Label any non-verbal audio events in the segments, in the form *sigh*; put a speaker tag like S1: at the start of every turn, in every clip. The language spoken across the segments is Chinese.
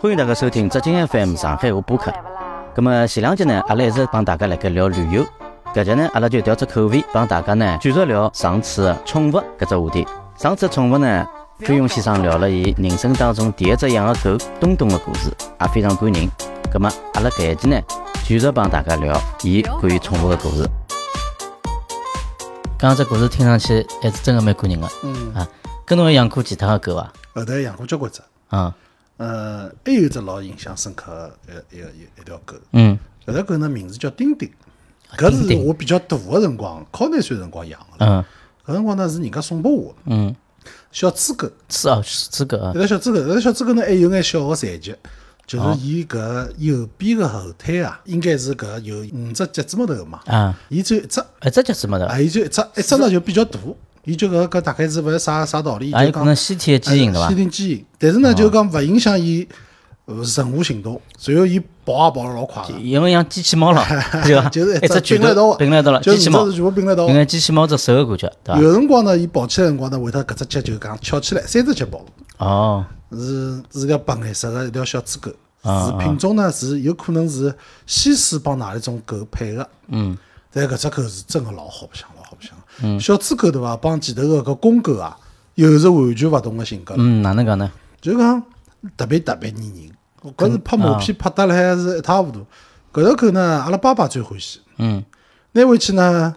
S1: 欢迎大家收听浙江 FM 上海话播客。咁么前两集呢，阿拉一直帮大家辣盖聊旅游，搿集呢，阿拉就调只口味，帮大家呢继续聊上次的宠物搿只话题。上次宠物呢，周勇先生聊了伊人生当中第一只养的狗东东的故事，也非常感人。咁么阿拉搿一集呢，继续帮大家聊伊关于宠物的故事。刚刚只故事听上去还是真的蛮感人的。
S2: 嗯，
S1: 啊，跟侬有养过其他的狗伐？
S2: 后头养过交关只，
S1: 啊，
S2: 呃，还有一只老印象深刻的呃一个一个一条狗，
S1: 嗯，
S2: 搿条狗呢名字叫丁丁，搿是
S1: 丁丁
S2: 我比较大个辰光，考廿岁的辰光养的
S1: 嗯，
S2: 了，搿辰光呢是人家送拨我的
S1: 嗯，
S2: 小猪狗，
S1: 是啊，是这个啊
S2: 搿，条小猪狗，搿条小猪狗呢还有眼小个残疾，
S1: 哦
S2: 就是伊搿右边个后腿啊，应该是搿有五只脚趾毛头嘛，
S1: 啊，
S2: 伊只有一只，
S1: 一只脚趾没得，
S2: 啊，伊只有一只，一只呢就比较大，伊就搿搿大概是勿是啥啥道理，
S1: 也
S2: 就
S1: 啊有可
S2: 讲
S1: 能先天的哦基因对伐
S2: 先？哎天基因，但是呢，就讲勿影响伊呃任何行动。随后伊跑啊也跑了老快的，
S1: 因为像机器
S2: *laughs*
S1: 猫了，对啊哎伐？
S2: 就是一
S1: 一只
S2: 只
S1: 拳
S2: 并了一
S1: 头
S2: 道，
S1: 并了一道了，
S2: 就
S1: 机
S2: 是
S1: 器
S2: 全
S1: 猫
S2: 部，全部并了一道
S1: 应。该机器猫只手的感觉，对伐？
S2: 有辰光呢，伊跑起来辰光呢，会得搿只脚就讲翘起来，三只脚跑，
S1: 哦，
S2: 是是条白颜色的一条小猪狗。
S1: 啊
S2: 是品种呢，是有可能是西施帮哪一种狗配的。嗯，但搿只狗是真的老好白相，老好白相。嗯，小猪狗对伐？帮前头个搿公狗啊，又是完全勿同个性格。
S1: 嗯，哪能讲呢？
S2: 就讲特别特别粘人，
S1: 嗯
S2: 搿是拍毛
S1: 啊
S2: 片拍得来是一塌糊涂。搿条狗呢，阿拉爸爸最欢喜，
S1: 嗯，
S2: 拿回去呢，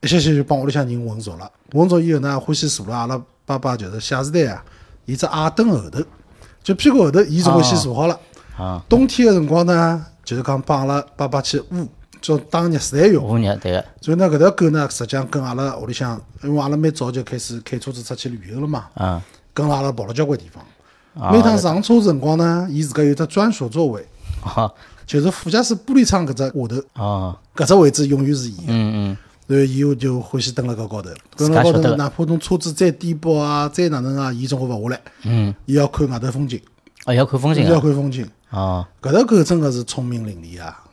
S2: 一歇歇就帮屋里向人混熟了。混熟以后呢，欢喜坐辣阿拉爸爸就是写字台啊，伊只矮凳后头，就屁股后头，伊总归先坐好了。
S1: 啊，
S2: 冬天个辰光呢，就是讲帮阿拉爸爸去捂，就当热水袋用。
S1: 五啊日对个，
S2: 所以呢，搿条狗呢，实际上跟阿拉屋里向，因为阿拉蛮早就开始开车子出去旅游了嘛，
S1: 啊，
S2: 跟阿拉跑了交关地方。每趟上车辰光呢，伊自家有只专属座位，
S1: 哦，
S2: 就是副驾驶玻璃窗搿只下头，
S1: 哦，
S2: 搿只位置永远是伊的。
S1: 嗯嗯，
S2: 然后伊就欢喜蹲辣搿高头，
S1: 自
S2: 蹲辣
S1: 家晓
S2: 高头
S1: 得
S2: 呢，
S1: 了
S2: 哪怕侬车子再颠簸啊，再哪能啊，伊总归勿下来。嗯，伊要看外头风景，
S1: 哦，要看风
S2: 伊
S1: 景
S2: 要
S1: 啊，
S2: 看风景。
S1: 哦，
S2: 搿条狗真个是聪明伶俐啊！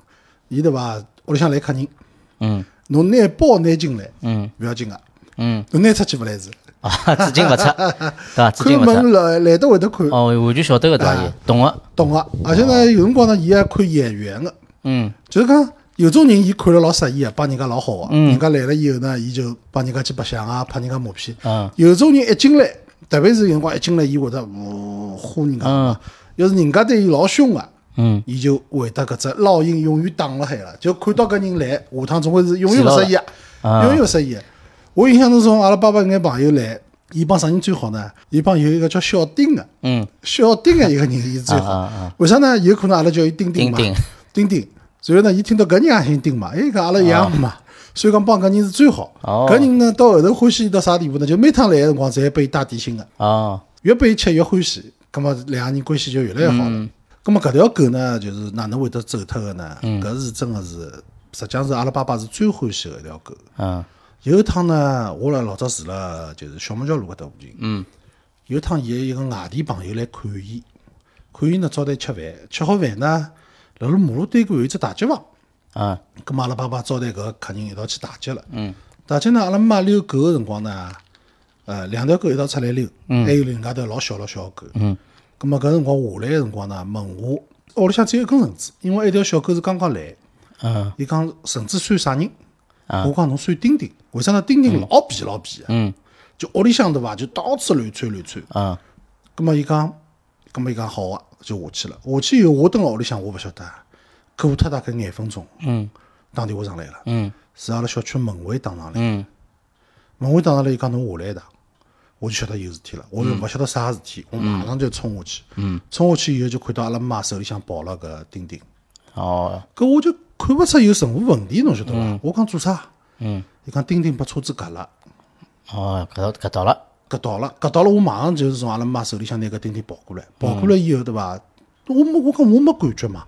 S2: 伊对伐？屋里向来客人，
S1: 嗯
S2: 侬拿包拿进来，
S1: 嗯
S2: 勿要紧个，
S1: 嗯，
S2: 侬拿出去勿来事。
S1: 啊， *laughs* 纸巾勿出，对
S2: *laughs*
S1: 伐？纸
S2: 看
S1: 巾勿出，
S2: 门来来得会得看，
S1: 哦，完全晓得个对伐？
S2: 啊
S1: 伊懂个，
S2: 懂个。而且呢，有辰光呢，伊还看眼缘个。
S1: 嗯，
S2: 就是讲有种人伊看了老色一啊，帮人家老好啊，
S1: 嗯
S2: 人家来了以后呢，伊就帮人家去白相啊，拍人家马屁。
S1: 嗯
S2: 有种人一进来，特别是有辰光一进来，伊会得呜呼人家。
S1: 嗯
S2: 要是人家对伊老凶啊，
S1: 嗯，
S2: 伊就会得搿只烙印永远打辣海了。就看到搿人来，下趟总归是永远勿适意啊，
S1: 知道了啊
S2: 永远勿适意啊。我印象当中，阿拉爸爸有眼朋友来，伊帮啥人最好呢？伊帮有一个叫小丁个，
S1: 嗯，
S2: 小丁个一个人，伊是最
S1: 啊
S2: 好
S1: 啊啊。
S2: 为啥呢？有可能阿拉叫伊丁丁嘛
S1: 丁丁，
S2: 丁丁。然后呢，伊听到搿人也姓丁嘛，哎，搿阿拉养嘛，所以讲帮搿人是最好。
S1: 啊哦
S2: 搿人呢，到后头欢喜到啥地步呢？就每趟来个辰光，侪拨伊带点心个，
S1: 哦，
S2: 越拨伊吃越欢喜，葛末两个人关系就越来越好
S1: 嗯
S2: 了。葛末搿条狗呢，就是哪能会得走脱个呢？
S1: 嗯
S2: 搿是真个是，实际上是阿拉爸爸是最欢喜个一条狗。
S1: 嗯
S2: 有一趟呢，我辣老早住辣就是小木桥路搿搭附近。嗯。有一趟伊一个外地朋友来看伊，看伊呢招待吃饭，吃好饭呢，辣辣马路对过有一只大脚房，
S1: 啊，
S2: 咁嘛阿拉爸爸招待搿个客人一道去大脚了。嗯。大脚呢，阿拉妈遛狗个辰光呢，呃，两条狗一道出来遛，还有另外头老小老小个狗。嗯。咁么搿辰光下来个辰光呢，问我屋里向只有一根绳子，因为一条小狗是刚刚来。
S1: 嗯
S2: 伊讲绳子算啥人？我讲侬算丁丁，为啥呢？丁丁老皮老皮个，
S1: 嗯
S2: 就屋里向对伐？就到处乱窜乱窜。
S1: 啊，
S2: 葛末伊讲，葛末伊讲好啊，就下去了。下去以后，我蹲辣屋里向，我勿晓得，啊过脱大概廿分钟，
S1: 嗯
S2: 打电话上来了，
S1: 嗯
S2: 是阿拉小区门卫打上来。
S1: 嗯，
S2: 门卫打上来，伊讲侬下来一趟，我就晓得有事
S1: 嗯
S2: 体了。我又勿晓得啥事体，我马上就冲下去。冲下去以后就看到阿拉妈手里向抱了个丁丁。
S1: 哦，
S2: 搿我就看勿出有任何问题，侬晓得伐？我讲做啥？嗯，伊讲钉钉把车子夹了，
S1: 哦，搿到搿到了，
S2: 夹到了，夹到了，我马上就是从阿拉妈手里向拿搿钉钉跑过来，跑过来以后，对伐？我没，我讲我没感觉嘛。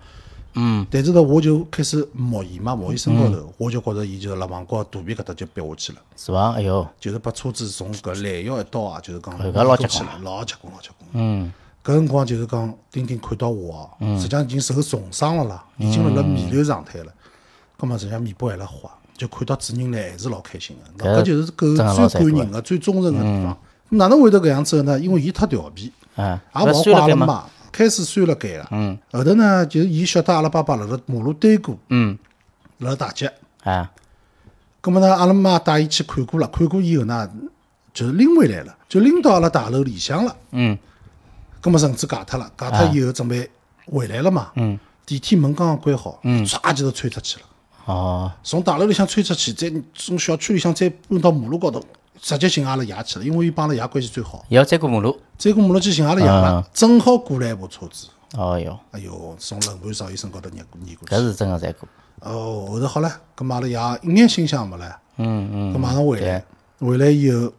S1: 嗯，
S2: 但是呢，我就开始摸伊嘛，摸伊身高头，我就觉着伊就辣往高肚皮搿搭就瘪下去了，
S1: 是伐？哎哟，
S2: 就是把车子从搿拦腰一刀啊，就是讲
S1: 搿老结
S2: 去
S1: 棍
S2: 了，老结棍，老结棍。
S1: 嗯
S2: 搿辰光就是讲，丁丁看到我哦，实际上已经受重伤了啦，已经
S1: 嗯
S2: 辣辣弥留状态了。葛末实际上面部还辣花，就看到主人来还是老开心个。
S1: 搿
S2: 搿就是狗
S1: 真的老
S2: 最
S1: 残
S2: 感
S1: 酷嗯
S2: 人个、最忠诚个地方。哪能会得搿样子呢？因为伊太调皮，
S1: 啊，
S2: 也勿好
S1: 搿算
S2: 怪
S1: 了
S2: 阿拉
S1: 该
S2: 妈
S1: 嘛，，
S2: 开始酸了该了，嗯，后头呢，就是伊晓得阿拉爸爸辣辣马路对过，
S1: 嗯，
S2: 辣辣大街，
S1: 啊，
S2: 葛么呢，阿拉妈带伊去看过了，看过以后呢，就是拎回来了，就拎到阿拉大楼里向了，
S1: 嗯，
S2: 葛么绳子解脱了，解脱以后准备回来了嘛，嗯，电梯门刚刚关好，嗯，唰就头窜出去了。
S1: 哦，
S2: 从大楼里向窜出去，再从小区里向再搬到马路高头，直接寻阿拉爷去了，因为伊帮阿拉爷关系最好。
S1: 也要再过马路。
S2: 再过马路去寻阿拉爷了，正好过来一部车子，
S1: 哦哟，
S2: 哎哟，从轮盘上伊身高头碾过碾过去
S1: 搿。是真的在过。
S2: 哦，后头好了，搿么阿拉爷一眼心想没了，嗯嗯，搿马上回来，回来以后，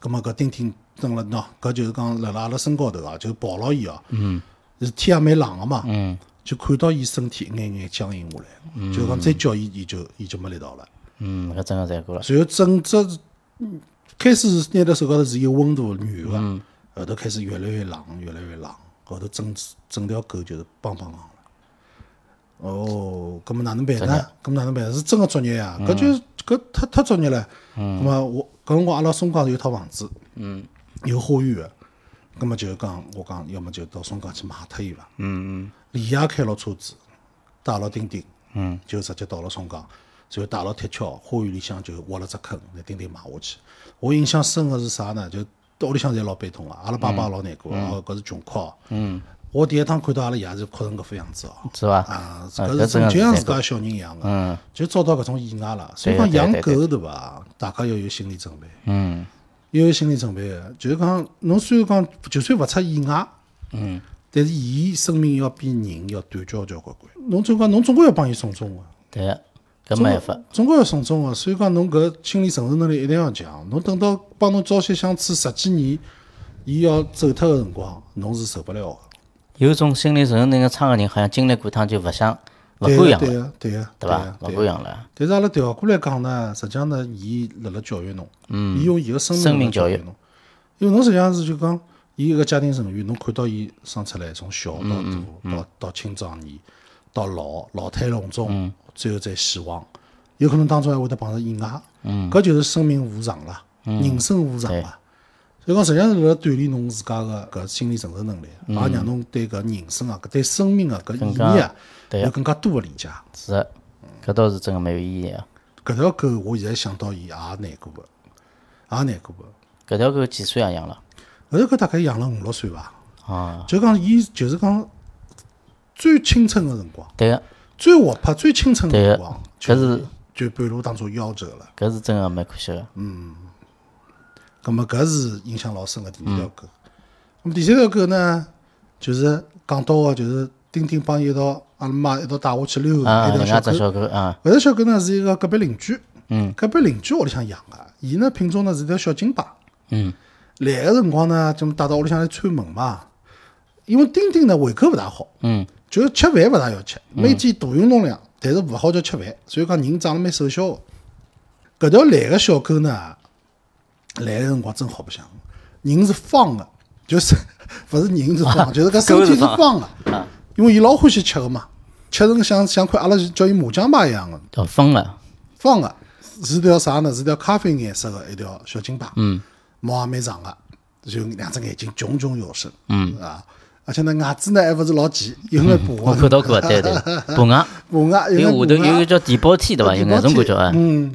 S2: 搿么搿钉钉蹲了喏，搿就是讲辣辣阿拉身高头啊，就抱牢伊啊，嗯，是天也蛮冷个嘛，嗯，就看到伊身体一眼眼僵硬下来，就讲再叫伊，伊就伊就没力道了。
S1: 嗯，搿真的在过了。
S2: 然后整只嗯开始是拿到手高头是有温度软个，后头开始越来越冷，越来越冷，后头整整条狗就是梆梆硬了。哦，搿么哪能办呢？搿么哪能办？是真个作孽呀！搿就搿太太作孽了。嗯。搿么我搿辰光阿拉松江有套房子，嗯，有花园个，搿么就讲我讲，要么就到松江去卖脱伊伐。
S1: 嗯
S2: 李爷开牢车子，带牢钉钉，
S1: 嗯，
S2: 就直接到了松江，然后带牢铁锹，花园里向就挖了只坑，拿钉钉埋下去。我印象深个是啥呢？就屋里向侪老悲痛个，阿拉爸爸也老难过，哦，搿是穷哭。嗯，我第一趟看到阿拉爷是哭成搿副样子哦
S1: 嗯，。是伐？
S2: 啊，
S1: 啊
S2: 搿
S1: 搿
S2: 是
S1: 真
S2: 真
S1: 的
S2: 就是像
S1: 难
S2: 自家小人一样个，
S1: 嗯
S2: 就遭到搿种意外了。所以
S1: 对
S2: 讲
S1: 的
S2: 养
S1: 对的
S2: 狗对伐？大家要有心理准备，
S1: 嗯
S2: 要有心理准备个。就是讲，侬虽然讲就算勿出意外，
S1: 嗯，
S2: 但是伊生命要比人要短交交关关。侬总讲侬总归要帮伊送终个，
S1: 对个，搿没办法。
S2: 总归要送终个。所以讲侬搿心理承受能力一定要强。侬等到帮侬朝夕相处十几年，伊要走脱个辰光，侬是受不了个。
S1: 有种心理承受能力差个人，好像经历过一趟就勿想、勿
S2: 对
S1: 敢养
S2: 个，
S1: 了
S2: 对，个，对个，
S1: 对
S2: 个
S1: 伐？勿
S2: 对
S1: 敢
S2: 个。
S1: 养了。
S2: 但是阿拉调过来讲呢，实际上呢，伊辣辣教育侬，伊用伊个生
S1: 嗯生
S2: 命
S1: 命
S2: 来教
S1: 教育
S2: 育侬。因为侬实际上是就讲，伊一个家庭成员，侬看到伊生出来，从小到
S1: 嗯
S2: 大，到到青壮年，到老老态龙
S1: 嗯
S2: 钟，最后再死亡，有可能当中还会得碰着意外，
S1: 嗯
S2: 搿就是生命无常啦，人生无常啦。所以讲，实际上是辣辣锻炼侬自家个搿心理承受能力，也让侬对搿人生啊，搿对生命啊搿意
S1: 嗯加
S2: 义啊，
S1: 对
S2: 有更加多个理解。
S1: 是的，搿倒是真个蛮有意义啊个。
S2: 搿条狗，我现在想到伊也难过个，也难过个。
S1: 搿条狗几岁啊养了？
S2: 后头搿大概养了五六岁伐，
S1: 啊，
S2: 就讲伊就是讲最青春个辰光，
S1: 对个，
S2: 最活泼、最青春个辰光，
S1: 对
S2: 就
S1: 搿是
S2: 就半路当中夭折了。
S1: 搿是真个蛮可惜个。
S2: 嗯葛末搿是印象老深个第二条狗。那么第三条狗呢，就是讲到个就是丁丁帮伊一道阿拉妈一道带我去遛
S1: 啊，
S2: 个一
S1: 另外
S2: 条
S1: 只
S2: 小狗。
S1: 小狗啊，
S2: 搿条小狗呢是一个隔壁邻居，
S1: 嗯，
S2: 隔壁邻居屋里向养个，伊呢品种呢是一条小金巴。
S1: 嗯，
S2: 来个辰光呢，就带到屋里向来串门嘛。因为丁丁呢胃口勿大好，
S1: 嗯，
S2: 就是吃饭勿大要吃，每天大运动量，但是勿好叫吃饭，所以讲人长得蛮瘦小个。搿条来个小狗呢，来个辰光真好白相，人是方个，就是 *laughs* 勿是人是方，就是搿身体是方个，因为伊老欢喜吃个嘛，吃成像像块阿拉叫伊麻将牌一样个。
S1: 哦，疯了，
S2: 方个，是条啥呢？是条咖啡颜色的一条小金牌，
S1: 嗯，
S2: 毛也蛮长个，就两只眼睛炯炯有神，
S1: 嗯
S2: 啊，而且呢牙齿呢还勿是老齐，有眼补
S1: 我
S2: 啊
S1: 看到过，对对，补牙，
S2: *laughs* 补牙
S1: 因为
S2: 眼
S1: 下头
S2: 补
S1: 有一
S2: 牙
S1: 个，叫地包天对伐？有眼种感觉啊，
S2: 嗯，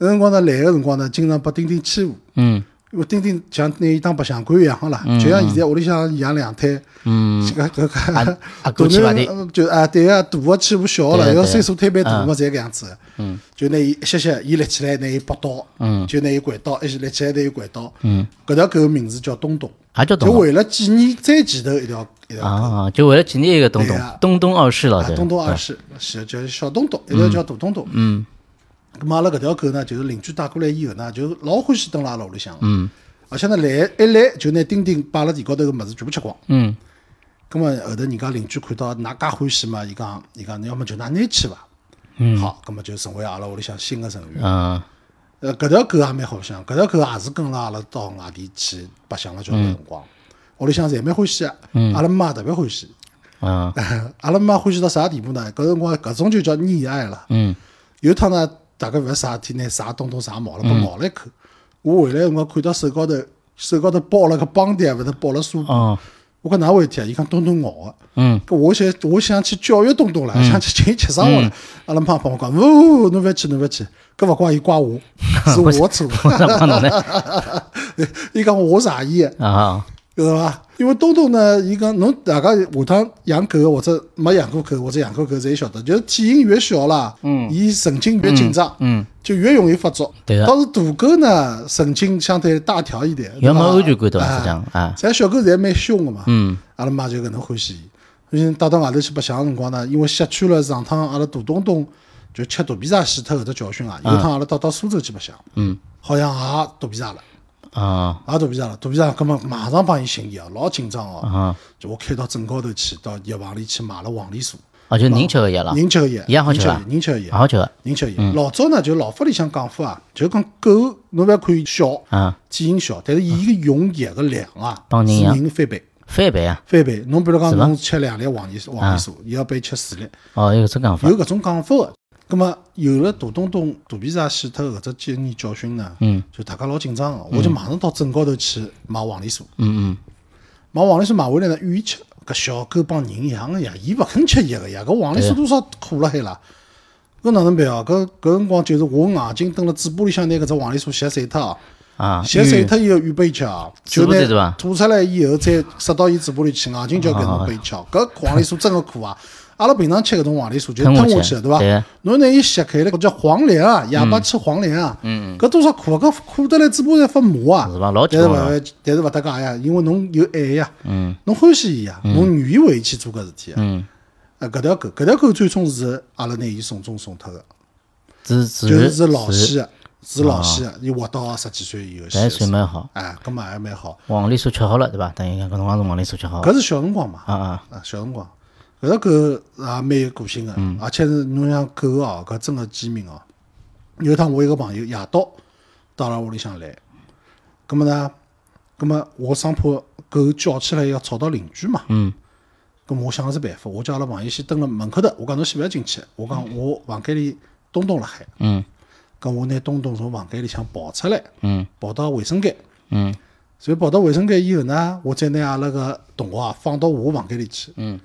S2: 搿辰光呢来个辰光呢，经常被丁丁欺负。
S1: 嗯，
S2: 因为丁丁像拿伊当白相官一样个啦，就像现在屋里向养两胎，嗯，搿个搿
S1: 阿
S2: 个 *laughs*
S1: 阿哥去伐
S2: 大
S1: 对
S2: 人呃就啊对个，大个欺负小个
S1: 对
S2: 了，
S1: 啊对
S2: 要
S1: 啊
S2: 岁数推蛮大个，侪搿样子。嗯，就拿伊一歇歇，伊立起来拿伊拔刀，嗯，就拿伊掼刀，一立起来拿伊掼刀。嗯，搿条狗名字叫东东，
S1: 也叫
S2: 就
S1: 东东
S2: 为了纪念再前头一条一条狗，
S1: 啊，就为了纪念一个东东
S2: 对啊，
S1: 东东二世了，
S2: 啊
S1: 对，
S2: 东东二世是叫小东东，一条叫大东东。嗯，咁嘛阿拉搿条狗呢，就是邻居带过来以后呢，就老欢喜蹲辣阿拉屋里向。嗯，而且呢来一来就拿丁丁摆辣地高头个物事全部吃光。
S1: 嗯，
S2: 咁么后头人家邻居看到㑚介欢喜嘛，伊讲伊讲，要么就㑚拿去伐。嗯，好，咁么就成为阿拉屋里向新个成员。
S1: 嗯，
S2: 呃，搿条狗也蛮好白相，搿条狗也是跟了阿拉到外地去白相了交关辰光，屋里向侪蛮欢喜个，阿拉妈特别欢喜。
S1: 嗯，
S2: *laughs* 阿拉妈欢喜到啥地步呢？搿辰光搿种就叫溺爱了。
S1: 嗯，
S2: 有一趟呢，大概勿是啥事体，拿啥东东啥毛了，被
S1: 嗯
S2: 咬了一口。我回来的辰光看到手高头，手高头包了个帮带，勿是包了纱布，
S1: 哦，
S2: 我讲哪回事体啊？伊讲东东咬个，
S1: 嗯，
S2: 搿我想我想去教育东东了，想去请伊吃生活
S1: 嗯
S2: 了。阿拉妈帮我讲，勿，侬勿要去，侬勿要去，搿勿怪伊
S1: *laughs*
S2: 怪我，是我错。
S1: *laughs* 我啥帮侬呢？
S2: *laughs* 伊讲我是阿姨，
S1: *laughs* 啊，
S2: 晓得伐？因为东东呢，伊讲侬大家下趟养狗或者没养过狗或者养过狗，侪晓得，就是体型越小啦，嗯，伊神经越紧张，
S1: 嗯，
S2: 就越容易发作。
S1: 对个
S2: 倒是大狗呢，神经相对大条一点，
S1: 要没安全
S2: 感
S1: 感对伐？实际上啊，
S2: 咱小狗侪蛮凶个嘛，
S1: 嗯，
S2: 阿拉妈就搿能欢喜伊。所以带到外头去白相个辰光呢，因为吸取了上趟阿拉大东东就吃肚皮蛇死脱搿只教训啊，有趟阿拉带到苏州去白相，
S1: 嗯，
S2: 好像也肚皮蛇了，
S1: 啊
S2: 也肚皮蛇了，肚皮蛇，葛末马上帮伊寻药，老紧张哦，
S1: 啊，
S2: 就我开到镇高头去，到药房里去买了黄连素，
S1: 哦，就人吃个药了，
S2: 人吃个药，
S1: 一样好
S2: 人
S1: 吃啊嗯伐
S2: 吃个人吃个
S1: 也
S2: 药，
S1: 好吃个，
S2: 人吃个药。老早呢，就老法里向讲法啊，就讲狗侬勿要看伊小，
S1: 啊，
S2: 体型小，但是伊个用药个量啊，
S1: 帮人嗯
S2: 是
S1: 一样
S2: 人翻倍。
S1: 翻倍啊，
S2: 翻倍。侬比如讲，
S1: 是吧啊
S2: 侬吃两粒黄连黄连素，伊要拨伊吃四粒，
S1: 哦，有这讲法
S2: 有，搿种讲法个。葛末有了大东东肚皮蛇死脱搿只经验教训呢，
S1: 嗯
S2: 就大家老紧张个，啊我就马上到镇高头去买黄连素，
S1: 嗯嗯，
S2: 买黄连素买回来呢，预伊吃。搿小狗帮人一样个呀，伊勿肯吃一个呀，搿黄连素多少苦辣海啦。搿哪能办啊？搿搿辰光就是我硬劲蹲辣嘴巴里向拿搿只黄连素吸散脱啊，
S1: 啊，嗯
S2: 吸散脱以后预备吃啊，
S1: 嘴
S2: 就
S1: 巴
S2: 拿
S1: 里是吧哦
S2: 吐出来以后再塞到伊嘴巴里去，硬劲叫搿侬备吃。搿黄连素真个苦啊！阿拉平常吃搿种黄连素就
S1: 吞
S2: 吞
S1: 下
S2: 下
S1: 去
S2: 去了，对伐
S1: 对？啊
S2: 侬拿伊吸开了，搿叫黄连啊，哑巴吃黄连啊，搿多少苦啊！搿苦得来嘴巴侪发麻啊！
S1: 嗯是吧老
S2: 但是
S1: 结棍了
S2: 勿，但是勿搭界呀，啊因为侬有爱呀，侬欢喜伊呀，侬愿意为伊去做搿事体啊。
S1: 嗯，
S2: 呃，搿条狗，搿条狗最终是阿拉拿伊送终送脱个，
S1: 是是啊
S2: 就是是老死个，是老死个，伊活到十几岁以后
S1: 但是
S2: 死
S1: 算
S2: 个。
S1: 蛮好。
S2: 哎，搿么还蛮好。
S1: 黄连素吃好了，对伐？等于讲搿辰光是黄连素吃好了。
S2: 搿是小辰光嘛，
S1: 啊啊，嗯
S2: 啊，小辰光，搿只狗也蛮有个啊性个，而且是侬像狗哦，搿真个机敏哦。有一趟我一个朋友夜到到阿拉屋里向来，葛么呢，葛么我生怕狗叫起来要吵到邻居嘛，
S1: 嗯，
S2: 葛么我想了只办法，我叫阿拉朋友先蹲辣门口头，我讲侬先勿要进去，我讲我房间里东东辣海，
S1: 嗯
S2: 搿我拿东东从房间里向跑出来，
S1: 嗯
S2: 跑到卫生间，
S1: 嗯
S2: 所以跑到卫生间以后呢，我再拿阿拉个同学啊放到我房间里去。
S1: 嗯。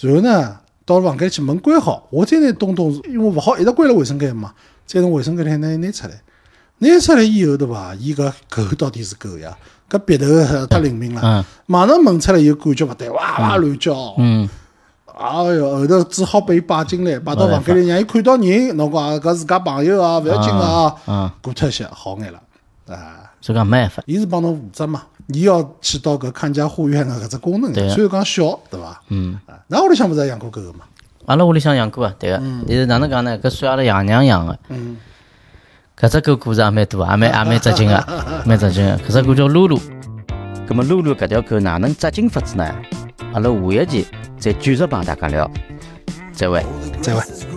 S2: 然后呢，到房间去门关好，我再拿东东，因为勿好一直关了卫生间嘛，再从卫生间里拿伊拿出来。拿出来以后对伐？伊搿狗到底是狗呀？搿鼻头呃太灵敏了
S1: 嗯，
S2: 马上闻出来有感觉勿对，哇哇乱叫。
S1: 嗯，
S2: 哎哟，后头只好被伊摆进来，摆到房间里，让伊看到人，侬讲啊搿自家朋友啊，勿要紧啊，
S1: 嗯，
S2: 过脱一些好眼了啊。
S1: 所以讲没办法。
S2: 伊是帮侬负责嘛，伊要起到搿看家护院的搿只功能
S1: 对
S2: 的。
S1: 啊
S2: 虽然讲小，对伐？
S1: 嗯
S2: 啊，㑚屋里向勿是也养过狗个嘛？
S1: 阿拉屋里向养狗啊，对个。但是哪能讲呢？搿算阿拉爷娘养个。
S2: 嗯。
S1: 搿只狗故事也蛮多，也蛮也蛮扎劲个，蛮扎劲个。搿只狗叫露露。葛么露露搿条狗哪能扎劲法子呢？阿拉下一期再继续帮大家聊。再会。
S2: 再会。
S3: Grace is